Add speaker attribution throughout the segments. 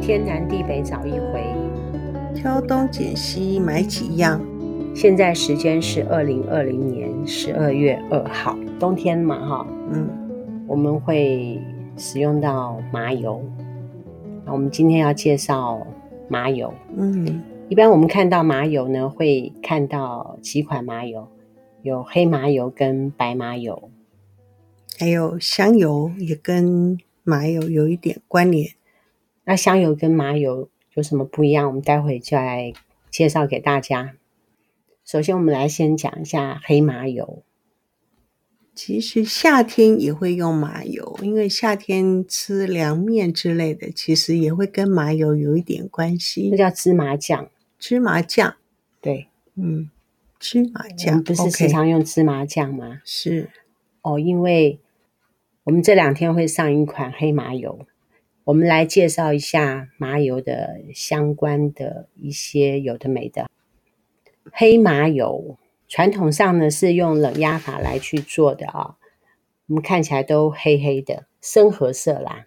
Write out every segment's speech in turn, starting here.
Speaker 1: 天南地北找一回。
Speaker 2: 挑东拣西买几样。
Speaker 1: 现在时间是二零二零年十二月二号，冬天嘛哈，
Speaker 2: 嗯，
Speaker 1: 我们会使用到麻油。那我们今天要介绍麻油。
Speaker 2: 嗯，
Speaker 1: 一般我们看到麻油呢，会看到几款麻油，有黑麻油跟白麻油。
Speaker 2: 还有香油也跟麻油有一点关联。
Speaker 1: 那香油跟麻油有什么不一样？我们待会就来介绍给大家。首先，我们来先讲一下黑麻油。
Speaker 2: 其实夏天也会用麻油，因为夏天吃凉面之类的，其实也会跟麻油有一点关
Speaker 1: 那
Speaker 2: 系。
Speaker 1: 叫芝麻酱。
Speaker 2: 芝麻酱，
Speaker 1: 对，
Speaker 2: 嗯，芝麻
Speaker 1: 我
Speaker 2: 酱
Speaker 1: 们嗯不是
Speaker 2: OK
Speaker 1: 时常用芝麻酱吗
Speaker 2: 是
Speaker 1: 哦，因为我们这两天会上一款黑麻油，我们来介绍一下麻油的相关的一些有的没的。黑麻油传统上呢是用冷压法来去做的啊、我们看起来都黑黑的，深褐色啦，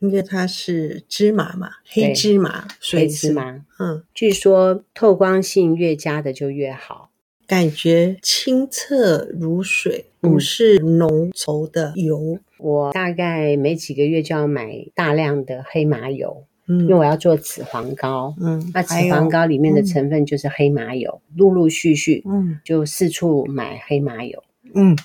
Speaker 2: 因为它是芝麻嘛，
Speaker 1: 对
Speaker 2: 黑芝麻，所
Speaker 1: 黑
Speaker 2: 以
Speaker 1: 芝
Speaker 2: 是，
Speaker 1: 麻。
Speaker 2: 嗯，
Speaker 1: 据说透光性越佳的就越好，
Speaker 2: 感觉清澈如水，
Speaker 1: 嗯
Speaker 2: 不是浓稠的油，
Speaker 1: 我大概每几个月就要买大量的黑麻油，
Speaker 2: 嗯
Speaker 1: 因为我要做紫黄膏。
Speaker 2: 嗯，
Speaker 1: 那紫
Speaker 2: 还有
Speaker 1: 黄膏里面的
Speaker 2: 嗯
Speaker 1: 成分就是黑麻油，陆陆续续
Speaker 2: 嗯
Speaker 1: 就四处买黑麻油。
Speaker 2: 嗯，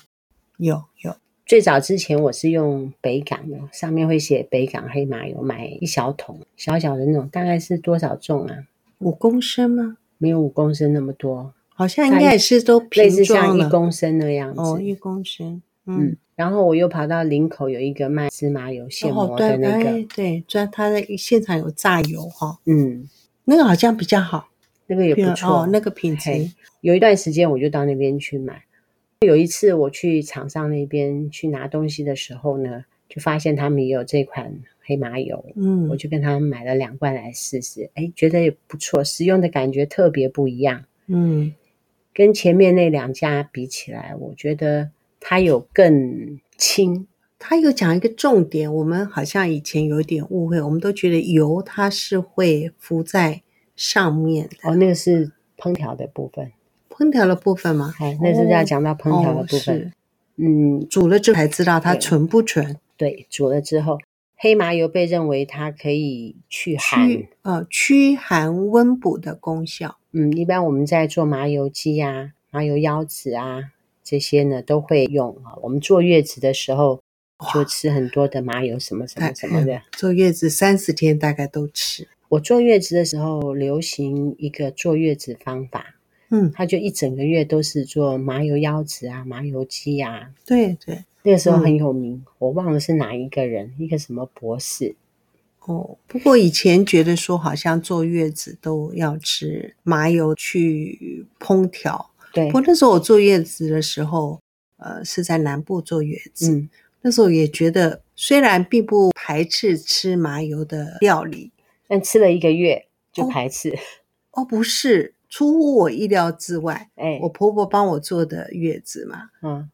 Speaker 2: 有有，
Speaker 1: 最早之前我是用北港的，上面会写北港黑麻油，买一小桶，小小的那种，大概是多少重啊？
Speaker 2: 五公升吗？
Speaker 1: 没有五公升那么多，
Speaker 2: 好像应该也是都
Speaker 1: 类
Speaker 2: 瓶
Speaker 1: 似
Speaker 2: 装
Speaker 1: 像
Speaker 2: 了
Speaker 1: 啊一公升那样子。
Speaker 2: 哦，一公升，
Speaker 1: 嗯
Speaker 2: 嗯，，
Speaker 1: 然后我又跑到林口有一个卖芝麻油现
Speaker 2: 哦
Speaker 1: 磨
Speaker 2: 对
Speaker 1: 的那个，
Speaker 2: 哎对，专它的现场有榨油哈，
Speaker 1: 嗯，
Speaker 2: 那个好像比较好，
Speaker 1: 那个也不错。
Speaker 2: 哦，那个品
Speaker 1: 嘿
Speaker 2: 质，
Speaker 1: 有一段时间我就到那边去买。有一次我去厂商那边去拿东西的时候呢，就发现他们也有这款黑麻油，
Speaker 2: 嗯，
Speaker 1: 我就跟他们买了两罐来试试，哎，觉得也不错，使用的感觉特别不一样。
Speaker 2: 嗯
Speaker 1: 跟前面那两家比起来，我觉得它有更轻，
Speaker 2: 他有讲一个重点，我们好像以前有点误会，我们都觉得油它是会浮在上面的，
Speaker 1: 哦，那个是烹调的部分，
Speaker 2: 烹调的部分吗？
Speaker 1: 哎，那是要讲到烹调的
Speaker 2: 哦
Speaker 1: 部分。
Speaker 2: 是
Speaker 1: 嗯，
Speaker 2: 煮了之后才知道它
Speaker 1: 对
Speaker 2: 纯不纯，
Speaker 1: 对，煮了之后，黑麻油被认为它可以去寒
Speaker 2: 驱。呃驱寒温补的功效。
Speaker 1: 嗯，一般我们在做麻油鸡啊、麻油腰子啊这些呢，都会用啊。我们坐月子的时候就吃很多的麻油，什么什么什么的。
Speaker 2: 哎坐月子三十天大概都吃，
Speaker 1: 我坐月子的时候流行一个坐月子方法，
Speaker 2: 嗯，
Speaker 1: 它就一整个月都是做麻油腰子啊、麻油鸡啊。
Speaker 2: 对对，
Speaker 1: 那个时候很
Speaker 2: 嗯
Speaker 1: 有名，我忘了是哪一个人，一个什么博士，
Speaker 2: 哦。不过以前觉得说好像坐月子都要吃麻油去烹调，
Speaker 1: 对
Speaker 2: 不，过那时候我坐月子的时候，呃，是在南部坐月子，
Speaker 1: 嗯，
Speaker 2: 那时候也觉得虽然并不排斥吃麻油的料理，
Speaker 1: 但吃了一个月就
Speaker 2: 哦
Speaker 1: 排斥，
Speaker 2: 哦，不是出乎我意料之外。
Speaker 1: 哎，
Speaker 2: 我婆婆帮我坐的月子嘛，
Speaker 1: 嗯，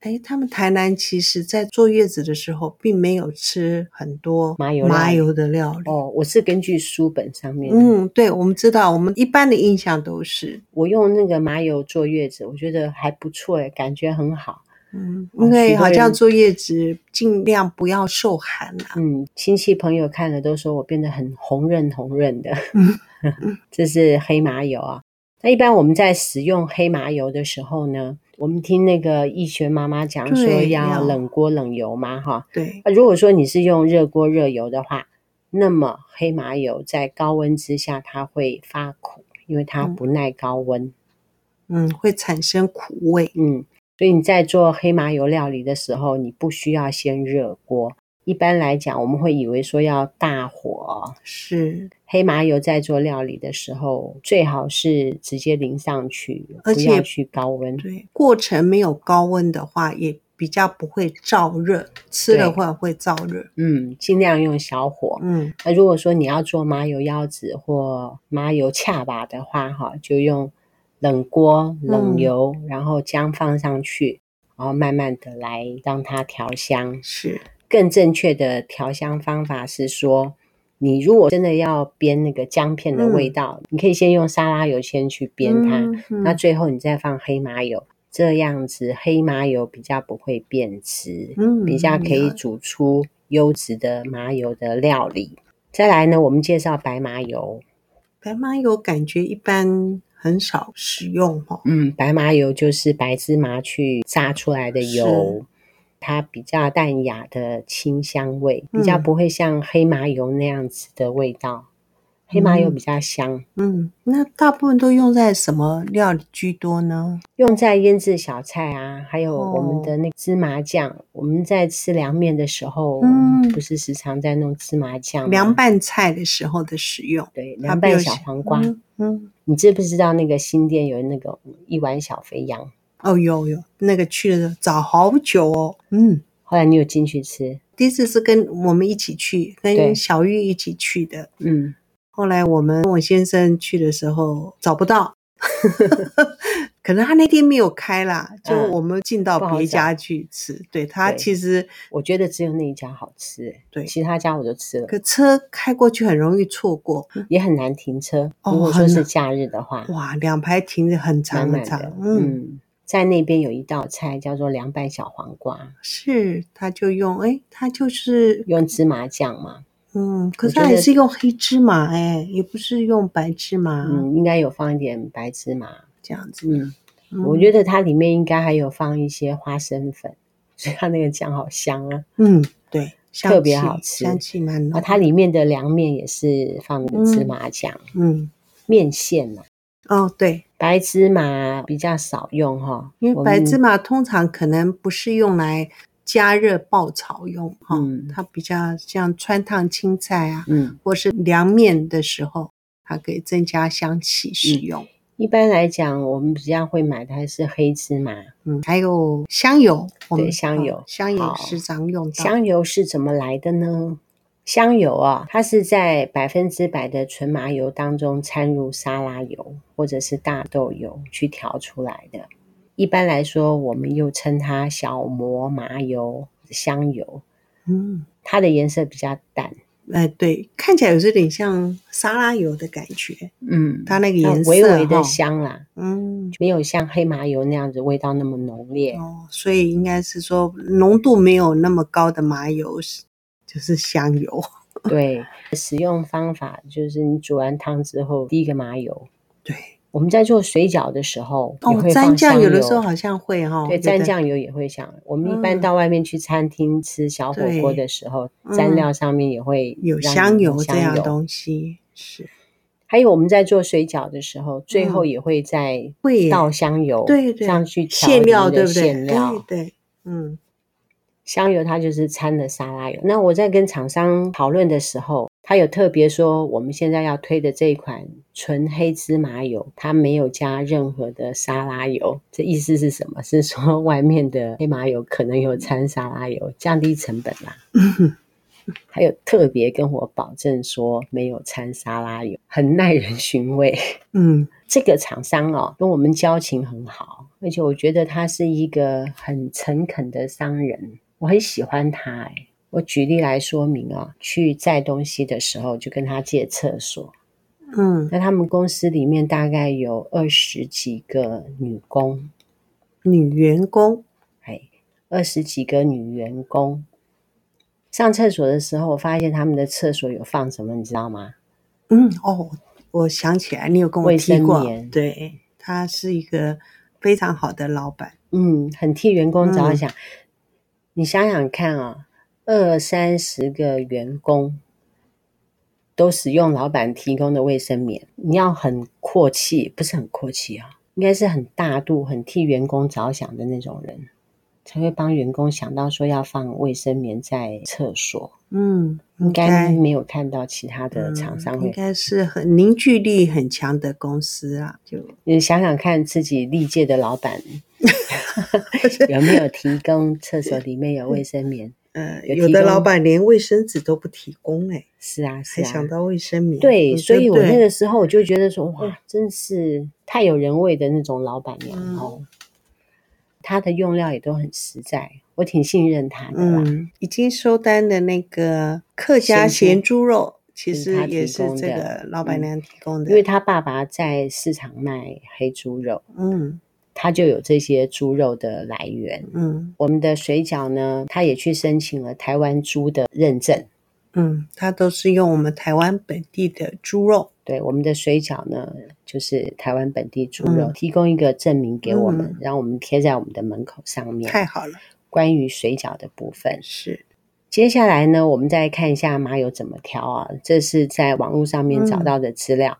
Speaker 2: 哎，他们台南其实在坐月子的时候，并没有吃很多
Speaker 1: 麻油料理
Speaker 2: 麻油的料理。
Speaker 1: 哦，我是根据书本上面，
Speaker 2: 嗯，对，我们知道，我们一般的印象都是，
Speaker 1: 我用那个麻油坐月子，我觉得还不错诶，感觉很好。
Speaker 2: 嗯，
Speaker 1: 哦
Speaker 2: 因为
Speaker 1: 许多
Speaker 2: 好像
Speaker 1: 人
Speaker 2: 坐月子尽量不要受寒啊啦、
Speaker 1: 嗯，亲戚朋友看了都说我变得很红润红润的。
Speaker 2: 嗯
Speaker 1: 这是黑麻油啊。那一般我们在使用黑麻油的时候呢，我们听那个易学妈妈讲说
Speaker 2: 对
Speaker 1: 要
Speaker 2: 要
Speaker 1: 冷锅冷油嘛，哈。
Speaker 2: 对，
Speaker 1: 那如果说你是用热锅热油的话，那么黑麻油在高温之下它会发苦，因为它
Speaker 2: 嗯
Speaker 1: 不耐高温。
Speaker 2: 嗯，会产生苦味。
Speaker 1: 嗯，所以你在做黑麻油料理的时候，你不需要先热锅。一般来讲，我们会以为说要大火。
Speaker 2: 是，
Speaker 1: 黑麻油在做料理的时候，最好是直接淋上去，
Speaker 2: 而
Speaker 1: 不要
Speaker 2: 且
Speaker 1: 去高温。
Speaker 2: 对，过程没有高温的话，也比较不会燥热，吃了
Speaker 1: 对
Speaker 2: 会会燥热。
Speaker 1: 嗯，尽量用小火。
Speaker 2: 嗯，
Speaker 1: 那如果说你要做麻油腰子或麻油恰巴的话，哈，就用冷锅冷
Speaker 2: 嗯
Speaker 1: 油，然后姜放上去，然后慢慢的来让它调香。
Speaker 2: 是，
Speaker 1: 更正确的调香方法是说，你如果真的要煸那个姜片的味道，你可以先用沙拉油先去煸它，
Speaker 2: 嗯
Speaker 1: 那最后你再放黑麻油，这样子黑麻油比较不会变质，
Speaker 2: 嗯
Speaker 1: 比较可以煮出优质的麻油的料理。再来呢，我们介绍白麻油，
Speaker 2: 白麻油感觉一般很少使用哦。
Speaker 1: 嗯，白麻油就是白芝麻去炸出来的油，它比较淡雅的清香味，比较
Speaker 2: 嗯
Speaker 1: 不会像黑麻油那样子的味道。黑麻油比较香，
Speaker 2: 嗯，那大部分都用在什么料理居多呢？
Speaker 1: 用在腌制小菜啊，还有我们的
Speaker 2: 哦
Speaker 1: 那个芝麻酱。我们在吃凉面的时候，
Speaker 2: 嗯
Speaker 1: 不是时常在弄芝麻酱吗
Speaker 2: 凉拌菜的时候的使用，
Speaker 1: 对
Speaker 2: 它
Speaker 1: 凉
Speaker 2: 不
Speaker 1: 拌
Speaker 2: 有
Speaker 1: 小
Speaker 2: 些
Speaker 1: 黄瓜。
Speaker 2: 嗯嗯，
Speaker 1: 你知不知道那个新店有那个一碗小肥羊？
Speaker 2: 哦，有有，那个去了早好久哦。嗯，
Speaker 1: 后来你有进去吃？
Speaker 2: 第一次是跟我们一起去，
Speaker 1: 对
Speaker 2: 跟小玉一起去的。
Speaker 1: 嗯，
Speaker 2: 后来我们我先生去的时候找不到， 可能他那天没有开啦，就
Speaker 1: 嗯
Speaker 2: 我们进到
Speaker 1: 不好
Speaker 2: 别
Speaker 1: 找
Speaker 2: 家去吃。对他
Speaker 1: 对
Speaker 2: 其实
Speaker 1: 我觉得只有那一家好吃、欸，
Speaker 2: 对
Speaker 1: 其他家我都吃了，
Speaker 2: 可车开过去很容易错过，
Speaker 1: 也很难停车。
Speaker 2: 哦
Speaker 1: 如果说
Speaker 2: 很
Speaker 1: 是
Speaker 2: 难
Speaker 1: 假日的话，
Speaker 2: 哇，两排停的很
Speaker 1: 满
Speaker 2: 长
Speaker 1: 满
Speaker 2: 很
Speaker 1: 的
Speaker 2: 长，嗯，
Speaker 1: 嗯，在那边有一道菜叫做凉拌小黄瓜，
Speaker 2: 是，他就用，哎，他就是，
Speaker 1: 用芝麻酱嘛，
Speaker 2: 嗯，可是
Speaker 1: 我
Speaker 2: 他
Speaker 1: 觉得
Speaker 2: 也是用黑芝麻，哎，也不是用白芝麻，
Speaker 1: 嗯，应该有放一点白芝麻，
Speaker 2: 这样子，
Speaker 1: 嗯，我觉
Speaker 2: 得，
Speaker 1: 得它里面应该还有放一些花生粉，所以它那个酱好香啊。
Speaker 2: 嗯，对，香
Speaker 1: 特别
Speaker 2: 气
Speaker 1: 好吃
Speaker 2: 香气蛮
Speaker 1: 啊，
Speaker 2: 浓，
Speaker 1: 它里面的凉面也是放那个芝麻酱、
Speaker 2: 嗯，
Speaker 1: 面线嘛、
Speaker 2: 哦，对，
Speaker 1: 白芝麻比较少用哈，
Speaker 2: 因为白芝
Speaker 1: 麻
Speaker 2: 麻通常可能不是用来加热爆炒用哈、
Speaker 1: 嗯
Speaker 2: 它比较像穿烫青菜啊，
Speaker 1: 嗯，
Speaker 2: 或是凉面的时候，它可以增加香气
Speaker 1: 嗯
Speaker 2: 使用。
Speaker 1: 一般来讲我们比较会买的还是黑芝麻，
Speaker 2: 嗯，还有香油，我们
Speaker 1: 对香油
Speaker 2: 哦香油
Speaker 1: 好
Speaker 2: 时常用到。
Speaker 1: 香油是怎么来的呢？香油啊，它是在百分之百的纯麻油当中掺入沙拉油或者是大豆油去调出来的。一般来说，我们又称它小磨麻油、香油，
Speaker 2: 嗯，
Speaker 1: 它的颜色比较淡。
Speaker 2: 哎，对，看起来有这点像沙拉油的感觉，
Speaker 1: 嗯，
Speaker 2: 它那个
Speaker 1: 那
Speaker 2: 颜色
Speaker 1: 微微的
Speaker 2: 哈
Speaker 1: 香啦，
Speaker 2: 嗯，
Speaker 1: 没有像黑麻油那样子味道那么浓烈。
Speaker 2: 哦，所以应该是说浓度没有那么高的麻油是就是香油。
Speaker 1: 对，使用方法就是你煮完汤之后滴一个麻油。
Speaker 2: 对，
Speaker 1: 我们在做水饺的时候也
Speaker 2: 哦，
Speaker 1: 会
Speaker 2: 蘸
Speaker 1: 放
Speaker 2: 酱
Speaker 1: 香
Speaker 2: 有的时候好像会哈、
Speaker 1: 对，
Speaker 2: 有的
Speaker 1: 蘸酱油也会像我们一般
Speaker 2: 嗯
Speaker 1: 到外面去餐厅吃小火锅的时候，
Speaker 2: 对
Speaker 1: 蘸
Speaker 2: 嗯
Speaker 1: 料上面也会
Speaker 2: 有
Speaker 1: 让
Speaker 2: 香
Speaker 1: 你
Speaker 2: 油这
Speaker 1: 香
Speaker 2: 样
Speaker 1: 油
Speaker 2: 东西是
Speaker 1: 还有我们在做水饺的时候，最后也会再
Speaker 2: 嗯会耶
Speaker 1: 倒香油，
Speaker 2: 对
Speaker 1: 这
Speaker 2: 对
Speaker 1: 样去调
Speaker 2: 馅
Speaker 1: 你
Speaker 2: 料
Speaker 1: 们
Speaker 2: 对
Speaker 1: 的
Speaker 2: 不对？
Speaker 1: 馅料。
Speaker 2: 哎对，嗯
Speaker 1: 香油它就是掺了沙拉油。那我在跟厂商讨论的时候，他有特别说，我们现在要推的这一款纯黑芝麻油，它没有加任何的沙拉油。这意思是什么？是说外面的黑麻油可能有掺沙拉油，降低成本啦。还有特别跟我保证说没有掺沙拉油，很耐人寻味。
Speaker 2: 嗯
Speaker 1: 这个厂商哦，跟我们交情很好，而且我觉得他是一个很诚恳的商人，我很喜欢他、哎，我举例来说明啊、去载东西的时候就跟他借厕所。
Speaker 2: 嗯，
Speaker 1: 那他们公司里面大概有二十几个女工，
Speaker 2: 女员工
Speaker 1: 哎，二十几个女员工。上厕所的时候，我发现他们的厕所有放什么，你知道吗？
Speaker 2: 嗯哦，我想起来，你有跟我
Speaker 1: 卫
Speaker 2: 提
Speaker 1: 生
Speaker 2: 过
Speaker 1: 棉，
Speaker 2: 对，他是一个非常好的老板，
Speaker 1: 嗯，很替员工着
Speaker 2: 嗯
Speaker 1: 想。你想想看啊、二三十个员工都使用老板提供的卫生棉，你要很阔气，不是很阔气啊，应该是很大度、很替员工着想的那种人，才会帮员工想到说要放卫生棉在厕所。
Speaker 2: 嗯，
Speaker 1: 应
Speaker 2: 应
Speaker 1: 该
Speaker 2: 该
Speaker 1: 没有看到其他的厂
Speaker 2: 嗯
Speaker 1: 商
Speaker 2: 应
Speaker 1: 会。
Speaker 2: 该是很凝聚力很强的公司啊，就
Speaker 1: 你想想看，自己历届的老板有没有提供厕所里面有卫生棉？
Speaker 2: 呃，
Speaker 1: 有
Speaker 2: 有
Speaker 1: 提
Speaker 2: 的
Speaker 1: 供
Speaker 2: 老板连卫生纸都不提供哎、
Speaker 1: 是啊，是
Speaker 2: 还
Speaker 1: 啊
Speaker 2: 想。到卫生棉，
Speaker 1: 对，
Speaker 2: 嗯
Speaker 1: 所以
Speaker 2: 不
Speaker 1: 我那
Speaker 2: 对嗯
Speaker 1: 个时候我就觉得说，哇，真是太有人味的那种老板娘
Speaker 2: 嗯
Speaker 1: 哦。她的用料也都很实在，我
Speaker 2: 嗯
Speaker 1: 挺信任她的啦。
Speaker 2: 嗯，已经收单的那个客家
Speaker 1: 咸
Speaker 2: 咸猪肉其
Speaker 1: 是
Speaker 2: 实
Speaker 1: 他
Speaker 2: 也
Speaker 1: 提
Speaker 2: 是
Speaker 1: 供
Speaker 2: 这
Speaker 1: 的
Speaker 2: 个老板
Speaker 1: 嗯
Speaker 2: 娘提供的，
Speaker 1: 因为他爸爸在市场卖黑猪肉，
Speaker 2: 嗯
Speaker 1: 他就有这些猪肉的来源。
Speaker 2: 嗯
Speaker 1: 我们的水饺呢，他也去申请了台湾猪的认证。
Speaker 2: 嗯，它都是用我们台湾本地的猪肉，
Speaker 1: 对，我们的水饺呢，就是台湾本地猪肉，
Speaker 2: 嗯
Speaker 1: 提供一个证明给我们，
Speaker 2: 嗯
Speaker 1: 然后我们贴在我们的门口上面。
Speaker 2: 太好了，
Speaker 1: 关于水饺的部分，
Speaker 2: 是
Speaker 1: 接下来呢，我们再看一下麻油怎么挑啊。这是在网络上面找
Speaker 2: 嗯
Speaker 1: 到的资料。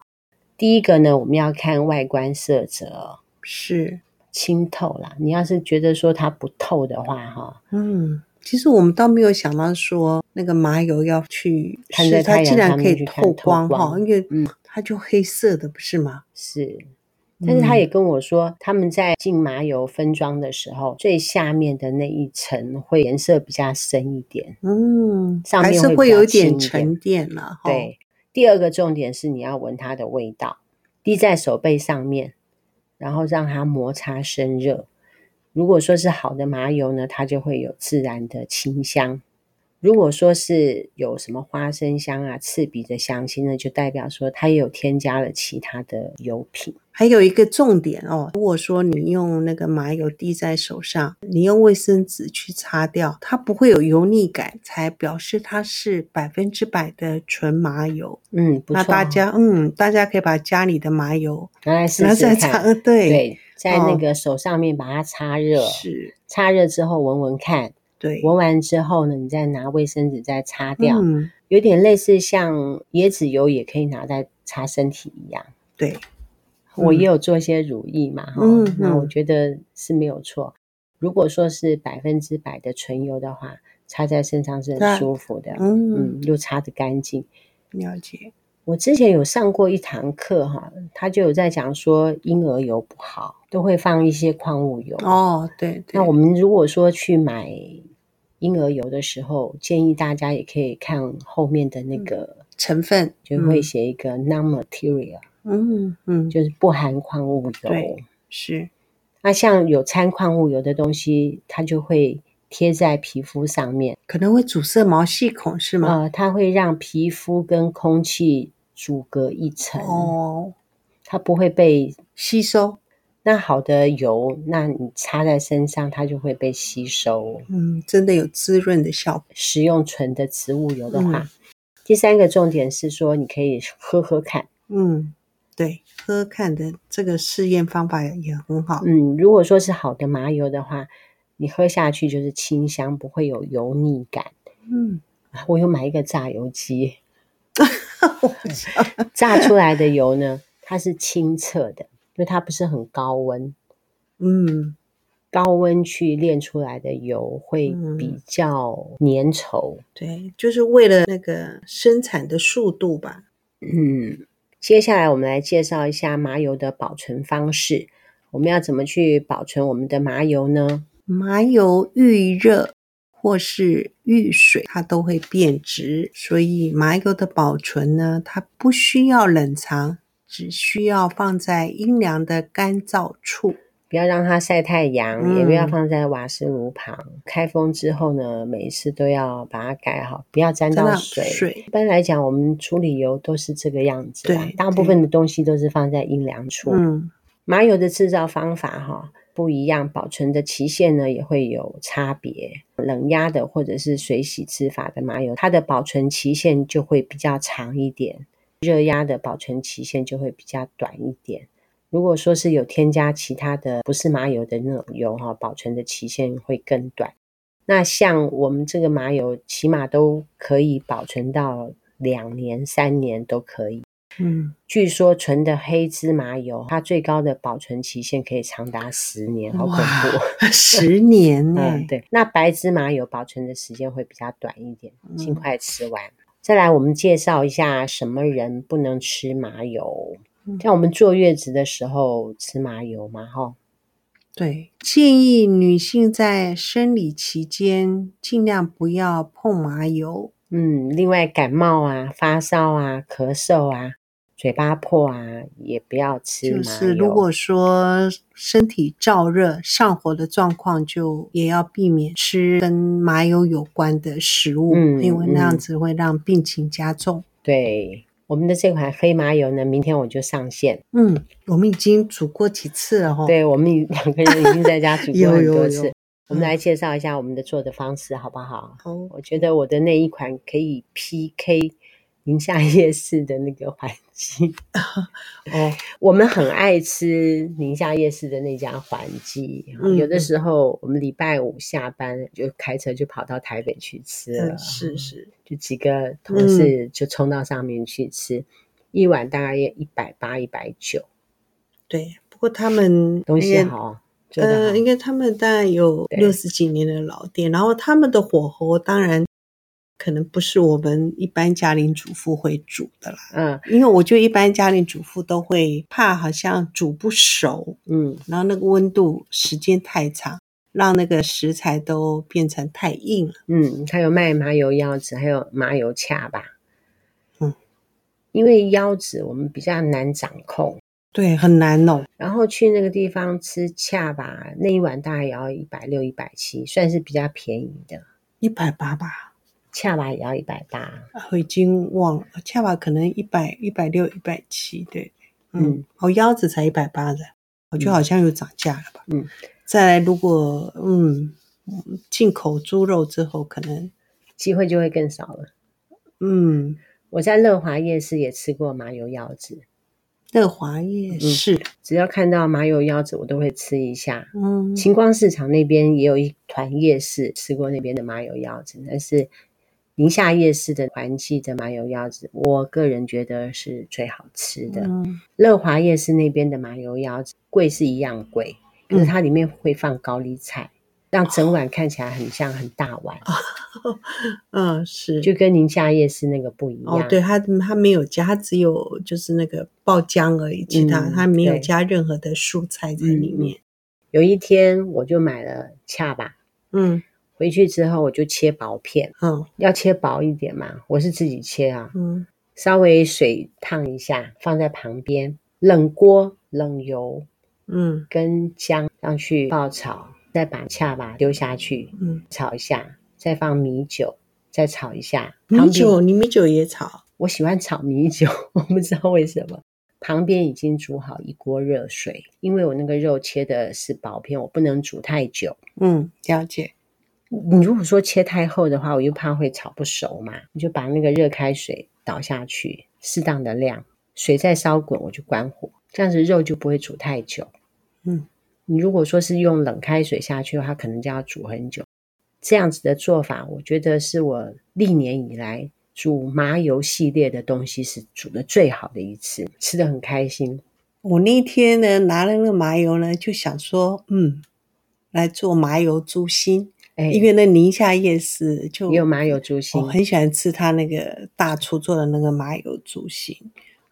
Speaker 1: 第一个呢，我们要看外观色泽
Speaker 2: 是，
Speaker 1: 清透啦。你要是觉得说它不透的话，哈，
Speaker 2: 嗯，其实我们倒没有想到说那个麻油要去
Speaker 1: 看
Speaker 2: 是
Speaker 1: 在
Speaker 2: 它
Speaker 1: 太
Speaker 2: 既
Speaker 1: 阳
Speaker 2: 然
Speaker 1: 上
Speaker 2: 可
Speaker 1: 面
Speaker 2: 以
Speaker 1: 去看
Speaker 2: 透
Speaker 1: 透
Speaker 2: 光哈，
Speaker 1: 光
Speaker 2: 因为
Speaker 1: 嗯
Speaker 2: 它就黑色的不是吗？
Speaker 1: 是。但是他
Speaker 2: 嗯
Speaker 1: 也跟我说，他们在进麻油分装的时候，最下面的那一层会颜色比较深一点。
Speaker 2: 嗯，
Speaker 1: 上
Speaker 2: 还
Speaker 1: 面
Speaker 2: 是
Speaker 1: 会比
Speaker 2: 会
Speaker 1: 较
Speaker 2: 有
Speaker 1: 轻
Speaker 2: 点
Speaker 1: 一点
Speaker 2: 沉淀了哈。
Speaker 1: 对，第二个重点是你要闻它的味道，滴在手背上面，然后让它摩擦生热。如果说是好的麻油呢，它就会有自然的清香；如果说是有什么花生香啊、刺鼻的香气，那就代表说它也有添加了其他的油品。
Speaker 2: 还有一个重点哦，如果说你用那个麻油滴在手上，你用卫生纸去擦掉，它不会有油腻感，才表示它是百分之百的纯麻油。
Speaker 1: 嗯，不错
Speaker 2: 那
Speaker 1: 哦，
Speaker 2: 大家嗯，大家可以把家里的麻油
Speaker 1: 拿来试
Speaker 2: 拿
Speaker 1: 试
Speaker 2: 在
Speaker 1: 看。
Speaker 2: 擦，对，
Speaker 1: 对，在那
Speaker 2: 哦
Speaker 1: 个手上面把它擦热，
Speaker 2: 是，
Speaker 1: 擦热之后闻闻看，
Speaker 2: 对，
Speaker 1: 闻完之后呢，你再拿卫生纸再擦掉。
Speaker 2: 嗯，
Speaker 1: 有点类似像椰子油也可以拿来擦身体一样。
Speaker 2: 对，
Speaker 1: 我也
Speaker 2: 嗯
Speaker 1: 有做一些乳液嘛，哈、
Speaker 2: 嗯
Speaker 1: 那我
Speaker 2: 嗯
Speaker 1: 觉得是没有错。如果说是百分之百的纯油的话，擦在身上是
Speaker 2: 对
Speaker 1: 很舒服的，
Speaker 2: 嗯，
Speaker 1: 嗯，又擦得干净。
Speaker 2: 了解，
Speaker 1: 我之前有上过一堂课哈，他就有在讲说婴儿油不好，都会放一些矿物油。
Speaker 2: 哦，对，对
Speaker 1: 那我们如果说去买婴儿油的时候，建议大家也可以看后面的
Speaker 2: 嗯
Speaker 1: 那个
Speaker 2: 成分
Speaker 1: 就会
Speaker 2: 嗯
Speaker 1: 写一个 non-material，、
Speaker 2: 嗯嗯，
Speaker 1: 就是不含矿物油
Speaker 2: 对。是，
Speaker 1: 那像有掺矿物油的东西，它就会贴在皮肤上面，
Speaker 2: 可能会阻塞毛细孔是吗？
Speaker 1: 呃，它会让皮肤跟空气阻隔一层，
Speaker 2: 哦，
Speaker 1: 它不会被
Speaker 2: 吸收，
Speaker 1: 那好的油，那你擦在身上，它就会被吸收。哦
Speaker 2: 嗯，真的有滋润的效果。
Speaker 1: 食用纯的植物油的话，
Speaker 2: 嗯
Speaker 1: 第三个重点是说，你可以喝喝看。
Speaker 2: 嗯，对，喝看的这个试验方法也很好。
Speaker 1: 嗯，如果说是好的麻油的话，你喝下去就是清香，不会有油腻感。
Speaker 2: 嗯，
Speaker 1: 啊我有买一个榨油机，榨出来的油呢，它是清澈的，因为它不是很高温，
Speaker 2: 嗯，
Speaker 1: 高温去炼出来的油会比
Speaker 2: 嗯
Speaker 1: 较粘稠。
Speaker 2: 对，就是为了那个生产的速度吧。
Speaker 1: 嗯，接下来我们来介绍一下麻油的保存方式。我们要怎么去保存我们的麻油呢？
Speaker 2: 麻油遇热或是遇水，它都会变质，所以麻油的保存呢，它不需要冷藏，只需要放在阴凉的干燥处。
Speaker 1: 不要让它晒太阳，也不要
Speaker 2: 嗯
Speaker 1: 放在瓦斯炉旁。开封之后呢，每一次都要把它盖好，不要沾
Speaker 2: 沾
Speaker 1: 到
Speaker 2: 到
Speaker 1: 水。
Speaker 2: 水
Speaker 1: 一般来讲，我们处理油都是这个样子啦
Speaker 2: 对
Speaker 1: 大部
Speaker 2: 对
Speaker 1: 分的东西都是放在阴凉处。
Speaker 2: 嗯，
Speaker 1: 麻油的制造方法哈、不一样，保存的期限呢也会有差别。冷压的或者是水洗制法的麻油，它的保存期限就会比较长一点；热压的保存期限就会比较短一点。如果说是有添加其他的不是麻油的那种油哈、保存的期限会更短。那像我们这个麻油，起码都可以保存到两年、三年都可以。
Speaker 2: 嗯，
Speaker 1: 据说纯的黑芝麻油，它最高的保存期限可以长达十年，好恐怖。
Speaker 2: 十年呢、
Speaker 1: 嗯，对。那白芝麻油保存的时间会比较短一点，尽
Speaker 2: 嗯
Speaker 1: 快吃完。再来，我们介绍一下什么人不能吃麻油
Speaker 2: 嗯。
Speaker 1: 像我们坐月子的时候吃麻油嘛，哈，
Speaker 2: 对，建议女性在生理期间尽量不要碰麻油。
Speaker 1: 嗯，另外感冒啊、发烧啊、咳嗽啊、嘴巴破啊，也不要吃麻
Speaker 2: 就
Speaker 1: 油。
Speaker 2: 是如果说身体燥热、上火的状况，就也要避免吃跟麻油有关的食物，
Speaker 1: 嗯
Speaker 2: 因为那样
Speaker 1: 嗯
Speaker 2: 子会让病情加重。
Speaker 1: 对，我们的这款黑麻油呢，明天我就上线。
Speaker 2: 嗯，我们已经煮过几次了哦。
Speaker 1: 对我们已 两个人已经在 家煮过
Speaker 2: 有
Speaker 1: 很
Speaker 2: 有
Speaker 1: 多
Speaker 2: 有
Speaker 1: 次。我们
Speaker 2: 嗯
Speaker 1: 来介绍一下我们的做的方式，好不好？
Speaker 2: 好，
Speaker 1: 我觉得我的那一款可以 PK 宁夏夜市的那个环鸡。
Speaker 2: 哦，
Speaker 1: 我们很爱吃宁夏夜市的那家环记，啊
Speaker 2: 嗯
Speaker 1: 有的
Speaker 2: 嗯
Speaker 1: 时候我们礼拜五下班就开车就跑到台北去吃了，
Speaker 2: 嗯，是是，
Speaker 1: 就几个同事就冲到上面去吃，一碗大概一百八、一百九，
Speaker 2: 对。不过他们
Speaker 1: 东
Speaker 2: 应
Speaker 1: 西
Speaker 2: 该
Speaker 1: 好，做得
Speaker 2: 哎呃，
Speaker 1: 好
Speaker 2: 应，该他们大概有
Speaker 1: 对
Speaker 2: 六十几年的老店，然后他们的火候当然可能不是我们一般家庭主妇会煮的啦，
Speaker 1: 嗯
Speaker 2: 因为我觉得一般家庭主妇都会怕好像煮不熟，
Speaker 1: 嗯，
Speaker 2: 然后那个温度时间太长，让那个食材都变成太硬了。
Speaker 1: 嗯，它有卖麻油腰子，还有麻油恰吧。
Speaker 2: 嗯，
Speaker 1: 因为腰子我们比较难掌控，
Speaker 2: 对，很难哦。
Speaker 1: 然后去那个地方吃恰吧，那一碗大概也要一百六、一百七，算是比较便宜的。
Speaker 2: 一百八吧，
Speaker 1: 恰吧也要一百八，
Speaker 2: 啊我已经忘了，恰吧可能一百一百六、一百七，对，
Speaker 1: 嗯
Speaker 2: 嗯，我腰子才一百八的，我觉得好像又涨价了吧，
Speaker 1: 嗯，
Speaker 2: 再来如果嗯进口猪肉之后，可能
Speaker 1: 机会就会更少了。
Speaker 2: 嗯
Speaker 1: 我在乐华夜市也吃过麻油腰子，
Speaker 2: 乐华
Speaker 1: 嗯
Speaker 2: 夜市，
Speaker 1: 只要看到麻油腰子，我都会吃一下。
Speaker 2: 嗯
Speaker 1: 晴光市场那边也有一团夜市，吃过那边的麻油腰子，但是宁夏夜市的环记的麻油腰子，我个人觉得是最好吃的。
Speaker 2: 嗯
Speaker 1: 乐华夜市那边的麻油腰子贵是一样贵，可是
Speaker 2: 嗯
Speaker 1: 它里面会放高丽菜，让整碗看起来很像很大碗，
Speaker 2: 哦嗯是，
Speaker 1: 就跟宁夏夜市那个不一样。
Speaker 2: 哦对，它它没有加，它只有就是那个爆浆而已，其他
Speaker 1: 嗯
Speaker 2: 它没有
Speaker 1: 对
Speaker 2: 加任何的蔬菜在里面，
Speaker 1: 有一天我就买了恰吧，
Speaker 2: 嗯
Speaker 1: 回去之后我就切薄片，
Speaker 2: 嗯
Speaker 1: 要切薄一点嘛，我是自己切啊，
Speaker 2: 嗯
Speaker 1: 稍微水烫一下，放在旁边，冷锅冷油
Speaker 2: 嗯
Speaker 1: 跟姜上去爆炒，再把恰吧丢下去
Speaker 2: 嗯，
Speaker 1: 炒一下，再放米酒，再炒一下。旁边
Speaker 2: 米酒你米酒也炒。
Speaker 1: 我喜欢炒米酒， 我不知道为什么。旁边已经煮好一锅热水，因为我那个肉切的是薄片，我不能煮太久。
Speaker 2: 嗯，了解。
Speaker 1: 你如果说切太厚的话，我又怕会炒不熟嘛，你就把那个热开水倒下去，适当的量，水再烧滚，我就关火，这样子肉就不会煮太久。
Speaker 2: 嗯，
Speaker 1: 你如果说是用冷开水下去的话，可能就要煮很久。这样子的做法，我觉得是我历年以来煮麻油系列的东西是煮的最好的一次，吃的很开心。
Speaker 2: 我那天呢拿了那个麻油呢，就想说，嗯，来做麻油猪心，
Speaker 1: 哎，
Speaker 2: 因为那宁夏夜市就
Speaker 1: 也有麻油猪
Speaker 2: 我
Speaker 1: 心，
Speaker 2: 很喜欢吃他那个大厨做的那个麻油猪心。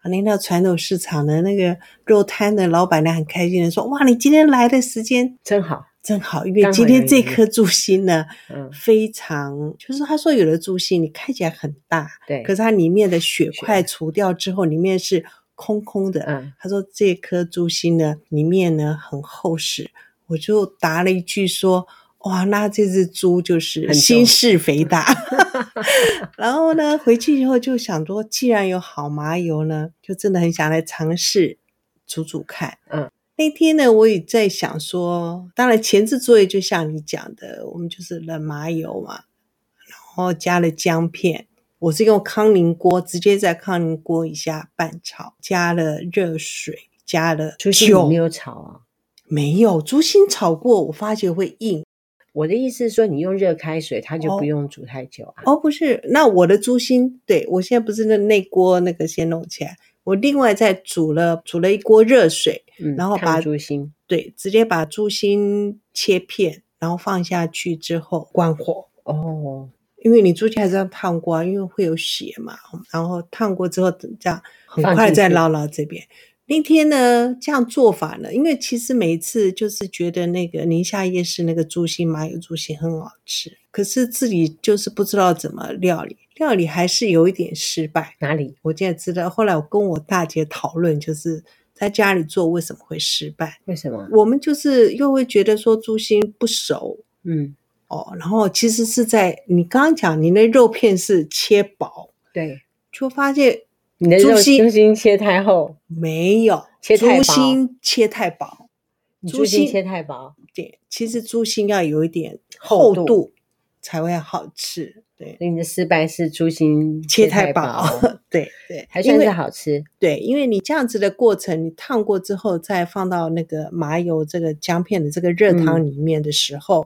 Speaker 2: 啊，那到传统市场的那个肉摊的老板娘很开心的说：“哇，你今天来的时间
Speaker 1: 真好。
Speaker 2: 真好，因为
Speaker 1: 刚好
Speaker 2: 今天
Speaker 1: 有
Speaker 2: 这
Speaker 1: 一
Speaker 2: 颗猪心呢，
Speaker 1: 嗯，
Speaker 2: 非常就是他说有的猪心你看起来很大，
Speaker 1: 对。
Speaker 2: 可是它里面的血块除掉之后，里面是空空的。
Speaker 1: 嗯
Speaker 2: 他说这颗猪心呢，里面呢很厚实。我就答了一句说：“哇，那这只猪就是
Speaker 1: 很重
Speaker 2: 心室 肥大。” 然后呢，回去以后就想说，既然有好麻油呢，就真的很想来尝试煮煮看。
Speaker 1: 嗯，
Speaker 2: 那天呢，我也在想说，当然前置作业就像你讲的，我们就是冷麻油嘛，然后加了姜片，我是用康宁锅直接在康宁锅以下拌炒，加了热水，加了
Speaker 1: 猪心你
Speaker 2: 酒，
Speaker 1: 没有炒啊？
Speaker 2: 没有猪心炒过，我发觉会硬。
Speaker 1: 我的意思是说，你用热开水，它就
Speaker 2: 哦
Speaker 1: 不用煮太久啊。
Speaker 2: 哦，不是，那我的猪心，对我现在不是那那锅那个先弄起来，我另外再煮了煮了一锅热水，
Speaker 1: 嗯，
Speaker 2: 然后
Speaker 1: 烫
Speaker 2: 把
Speaker 1: 猪心，
Speaker 2: 对，直接把猪心切片，然后放下去之后关火。
Speaker 1: 哦，
Speaker 2: 因为你猪心还是要烫过、啊，因为会有血嘛。然后烫过之后，这样很
Speaker 1: 放
Speaker 2: 快
Speaker 1: 进
Speaker 2: 再
Speaker 1: 去
Speaker 2: 捞捞这边。那天呢，这样做法呢，因为其实每一次就是觉得那个宁夏夜市那个猪心麻油猪心很好吃，可是自己就是不知道怎么料理，料理还是有一点失败。
Speaker 1: 哪里？
Speaker 2: 我现在知道，后来我跟我大姐讨论，就是在家里做为什么会失败，
Speaker 1: 为什么？
Speaker 2: 我们就是又会觉得说猪心不熟，
Speaker 1: 嗯，
Speaker 2: 哦，然后其实是在你刚刚讲，你那肉片是切薄，
Speaker 1: 对，
Speaker 2: 就发现
Speaker 1: 你的肉
Speaker 2: 猪心
Speaker 1: 猪心切太厚，
Speaker 2: 没有
Speaker 1: 切太薄
Speaker 2: 猪心切太薄，
Speaker 1: 你
Speaker 2: 猪
Speaker 1: 猪心
Speaker 2: 心
Speaker 1: 切太薄，
Speaker 2: 对，其实猪心要有一点
Speaker 1: 厚
Speaker 2: 厚
Speaker 1: 度
Speaker 2: 度才会好吃，对，
Speaker 1: 所以你的失败是猪心
Speaker 2: 切
Speaker 1: 太
Speaker 2: 太薄， 对对，
Speaker 1: 还
Speaker 2: 因
Speaker 1: 算
Speaker 2: 为
Speaker 1: 是好吃。
Speaker 2: 对，因为你这样子的过程，你烫过之后，再放到那个麻油这个姜片的这个热汤里面的时候，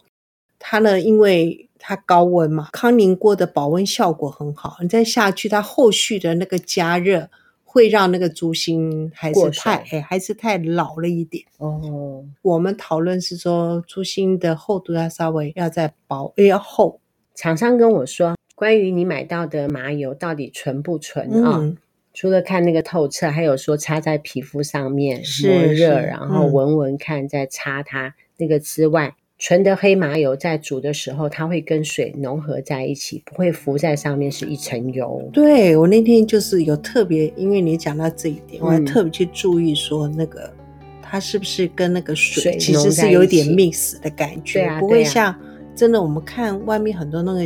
Speaker 2: 它呢，因为它高温嘛，康宁锅的保温效果很好，你再下去，它后续的那个加热会让那个猪心还是
Speaker 1: 过
Speaker 2: 太
Speaker 1: 熟
Speaker 2: 哎还是太老了一点。
Speaker 1: 哦，
Speaker 2: 我们讨论是说，猪心的厚度要稍微要再薄，也要厚，
Speaker 1: 厂商跟我说，关于你买到的麻油到底纯不纯啊、
Speaker 2: 嗯，
Speaker 1: 除了看那个透彻，还有说擦在皮肤上面
Speaker 2: 是
Speaker 1: 摩
Speaker 2: 是
Speaker 1: 热，然后
Speaker 2: 嗯
Speaker 1: 闻闻看，再擦它那个之外，纯的黑麻油在煮的时候，它会跟水融合在一起，不会浮在上面是一层油。
Speaker 2: 对我那天就是有特别，因为你讲到这一点，我还
Speaker 1: 嗯
Speaker 2: 特别去注意说那个它是不是跟那个水
Speaker 1: 水
Speaker 2: 其
Speaker 1: 融
Speaker 2: 实
Speaker 1: 在
Speaker 2: 是有
Speaker 1: 一
Speaker 2: 一点
Speaker 1: 起
Speaker 2: mix 的感觉，
Speaker 1: 对啊
Speaker 2: 不
Speaker 1: 对
Speaker 2: 会
Speaker 1: 啊
Speaker 2: 像真的我们看外面很多那个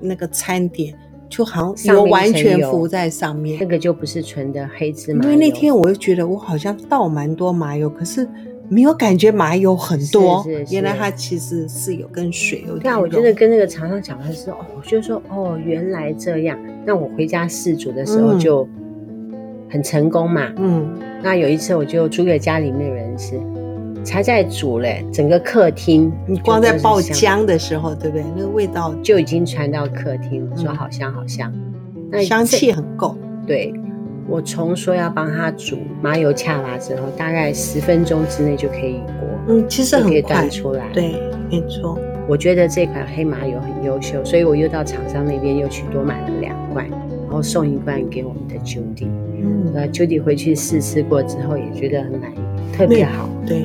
Speaker 2: 那个餐点，就好
Speaker 1: 上
Speaker 2: 像油
Speaker 1: 面一
Speaker 2: 完
Speaker 1: 层
Speaker 2: 全
Speaker 1: 油
Speaker 2: 浮在上面
Speaker 1: 那。个就不是纯的黑芝
Speaker 2: 因
Speaker 1: 麻油，
Speaker 2: 为那天我又觉得我好像倒蛮多麻油，可是没有感觉麻油很多，
Speaker 1: 是是
Speaker 2: 原来
Speaker 1: 是
Speaker 2: 它其实是有跟水有点
Speaker 1: 那
Speaker 2: 融。
Speaker 1: 我真的跟那个厂商讲完之后，哦，我就说哦，原来这样。那我回家试煮的时候
Speaker 2: 嗯
Speaker 1: 就很成功嘛。
Speaker 2: 嗯，
Speaker 1: 那有一次我就煮给家里面的人吃，才在煮嘞，整个客厅
Speaker 2: 你光在爆
Speaker 1: 就都是香
Speaker 2: 浆的时候，对不对？那个味道
Speaker 1: 就已经传到客厅，我说
Speaker 2: 嗯
Speaker 1: 好香好香。那
Speaker 2: 香
Speaker 1: 这
Speaker 2: 气很够。
Speaker 1: 对，我从说要帮他煮麻油恰娃之后，大概十分钟之内就可以锅，
Speaker 2: 嗯，其实
Speaker 1: 就可以
Speaker 2: 很
Speaker 1: 端
Speaker 2: 快，
Speaker 1: 出来。，
Speaker 2: 对，没错，
Speaker 1: 我觉得这款黑麻油很优秀，所以我又到厂商那边又去多买了两罐，然后送一罐给我们的 Judy。
Speaker 2: 嗯，
Speaker 1: 那 Judy 回去试吃过之后也觉得很满意，特别
Speaker 2: 嗯
Speaker 1: 好。
Speaker 2: 对，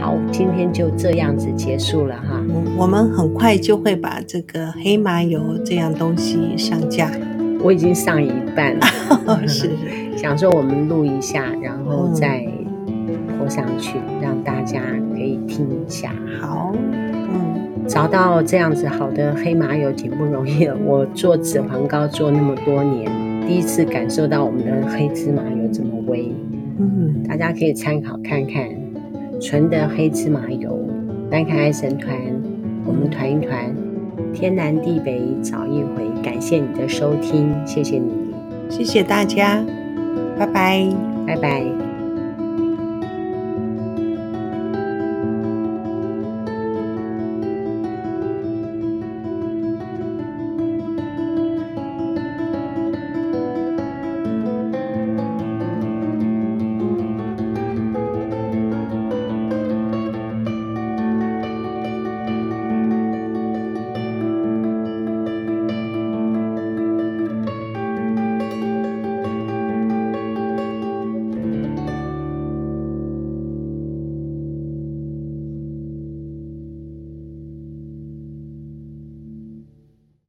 Speaker 1: 好，今天就这样子结束了哈。
Speaker 2: 嗯，我们很快就会把这个黑麻油这样东西上 架，，
Speaker 1: 我已经上一半了
Speaker 2: 是，
Speaker 1: 想说我们录一下，然后再播上去，让大家可以听一下。
Speaker 2: 好，嗯，
Speaker 1: 找到这样子好的黑麻油挺不容易的，我做脂肪膏做那么多年，第一次感受到我们的黑芝麻油这么微，
Speaker 2: 嗯，
Speaker 1: 大家可以参考看看，纯的黑芝麻油，南凯爱神团，我们团一团，天南地北找一回。感谢你的收听，谢谢你，
Speaker 2: 谢谢大家，拜拜。
Speaker 1: 拜拜。